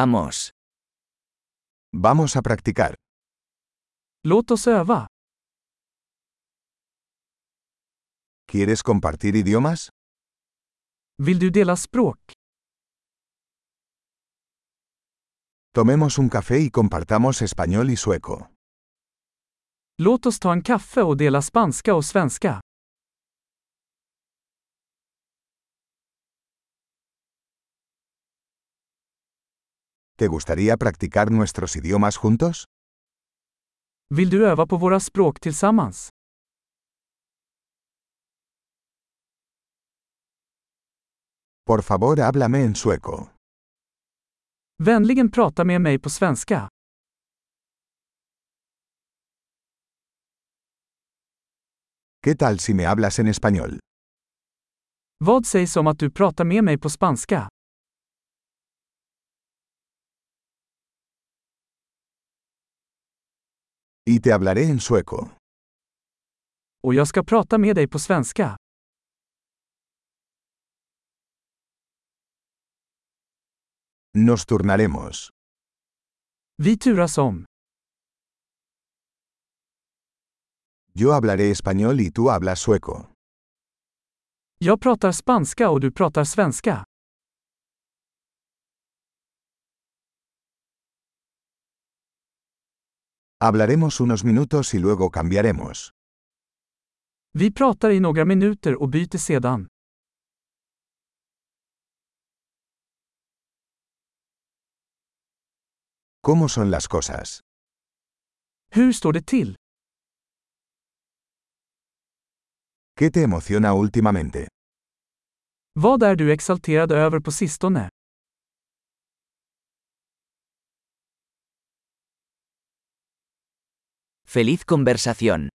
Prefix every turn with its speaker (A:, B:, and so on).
A: Vamos.
B: Vamos a practicar.
C: Låt oss öva.
B: ¿Quieres compartir idiomas?
C: Vill du dela språk?
B: Tomemos un café y compartamos español y sueco.
C: Låt oss ta en kaffe och dela spanska och svenska.
B: ¿Te gustaría practicar nuestros idiomas juntos?
C: Vill du öva på våra språk tillsammans?
B: Por favor, háblame en sueco.
C: Vänligen prata med mig på svenska.
B: ¿Qué tal si me hablas en español?
C: Vad sägs om att du pratar med mig på spanska?
B: Y te hablaré en sueco.
C: Och jag ska prata med dig på svenska.
B: Nos turnaremos.
C: Vi turas om.
B: Yo hablaré español y tú hablas sueco.
C: Jag pratar spanska och du pratar svenska.
B: Hablaremos unos minutos y luego cambiaremos.
C: Vi pratar i några minuter och byter sedan.
B: ¿Cómo son las cosas?
C: Hur står det till?
B: ¿Qué te emociona últimamente?
C: Vad är du exalterad över på sistone?
A: Feliz conversación.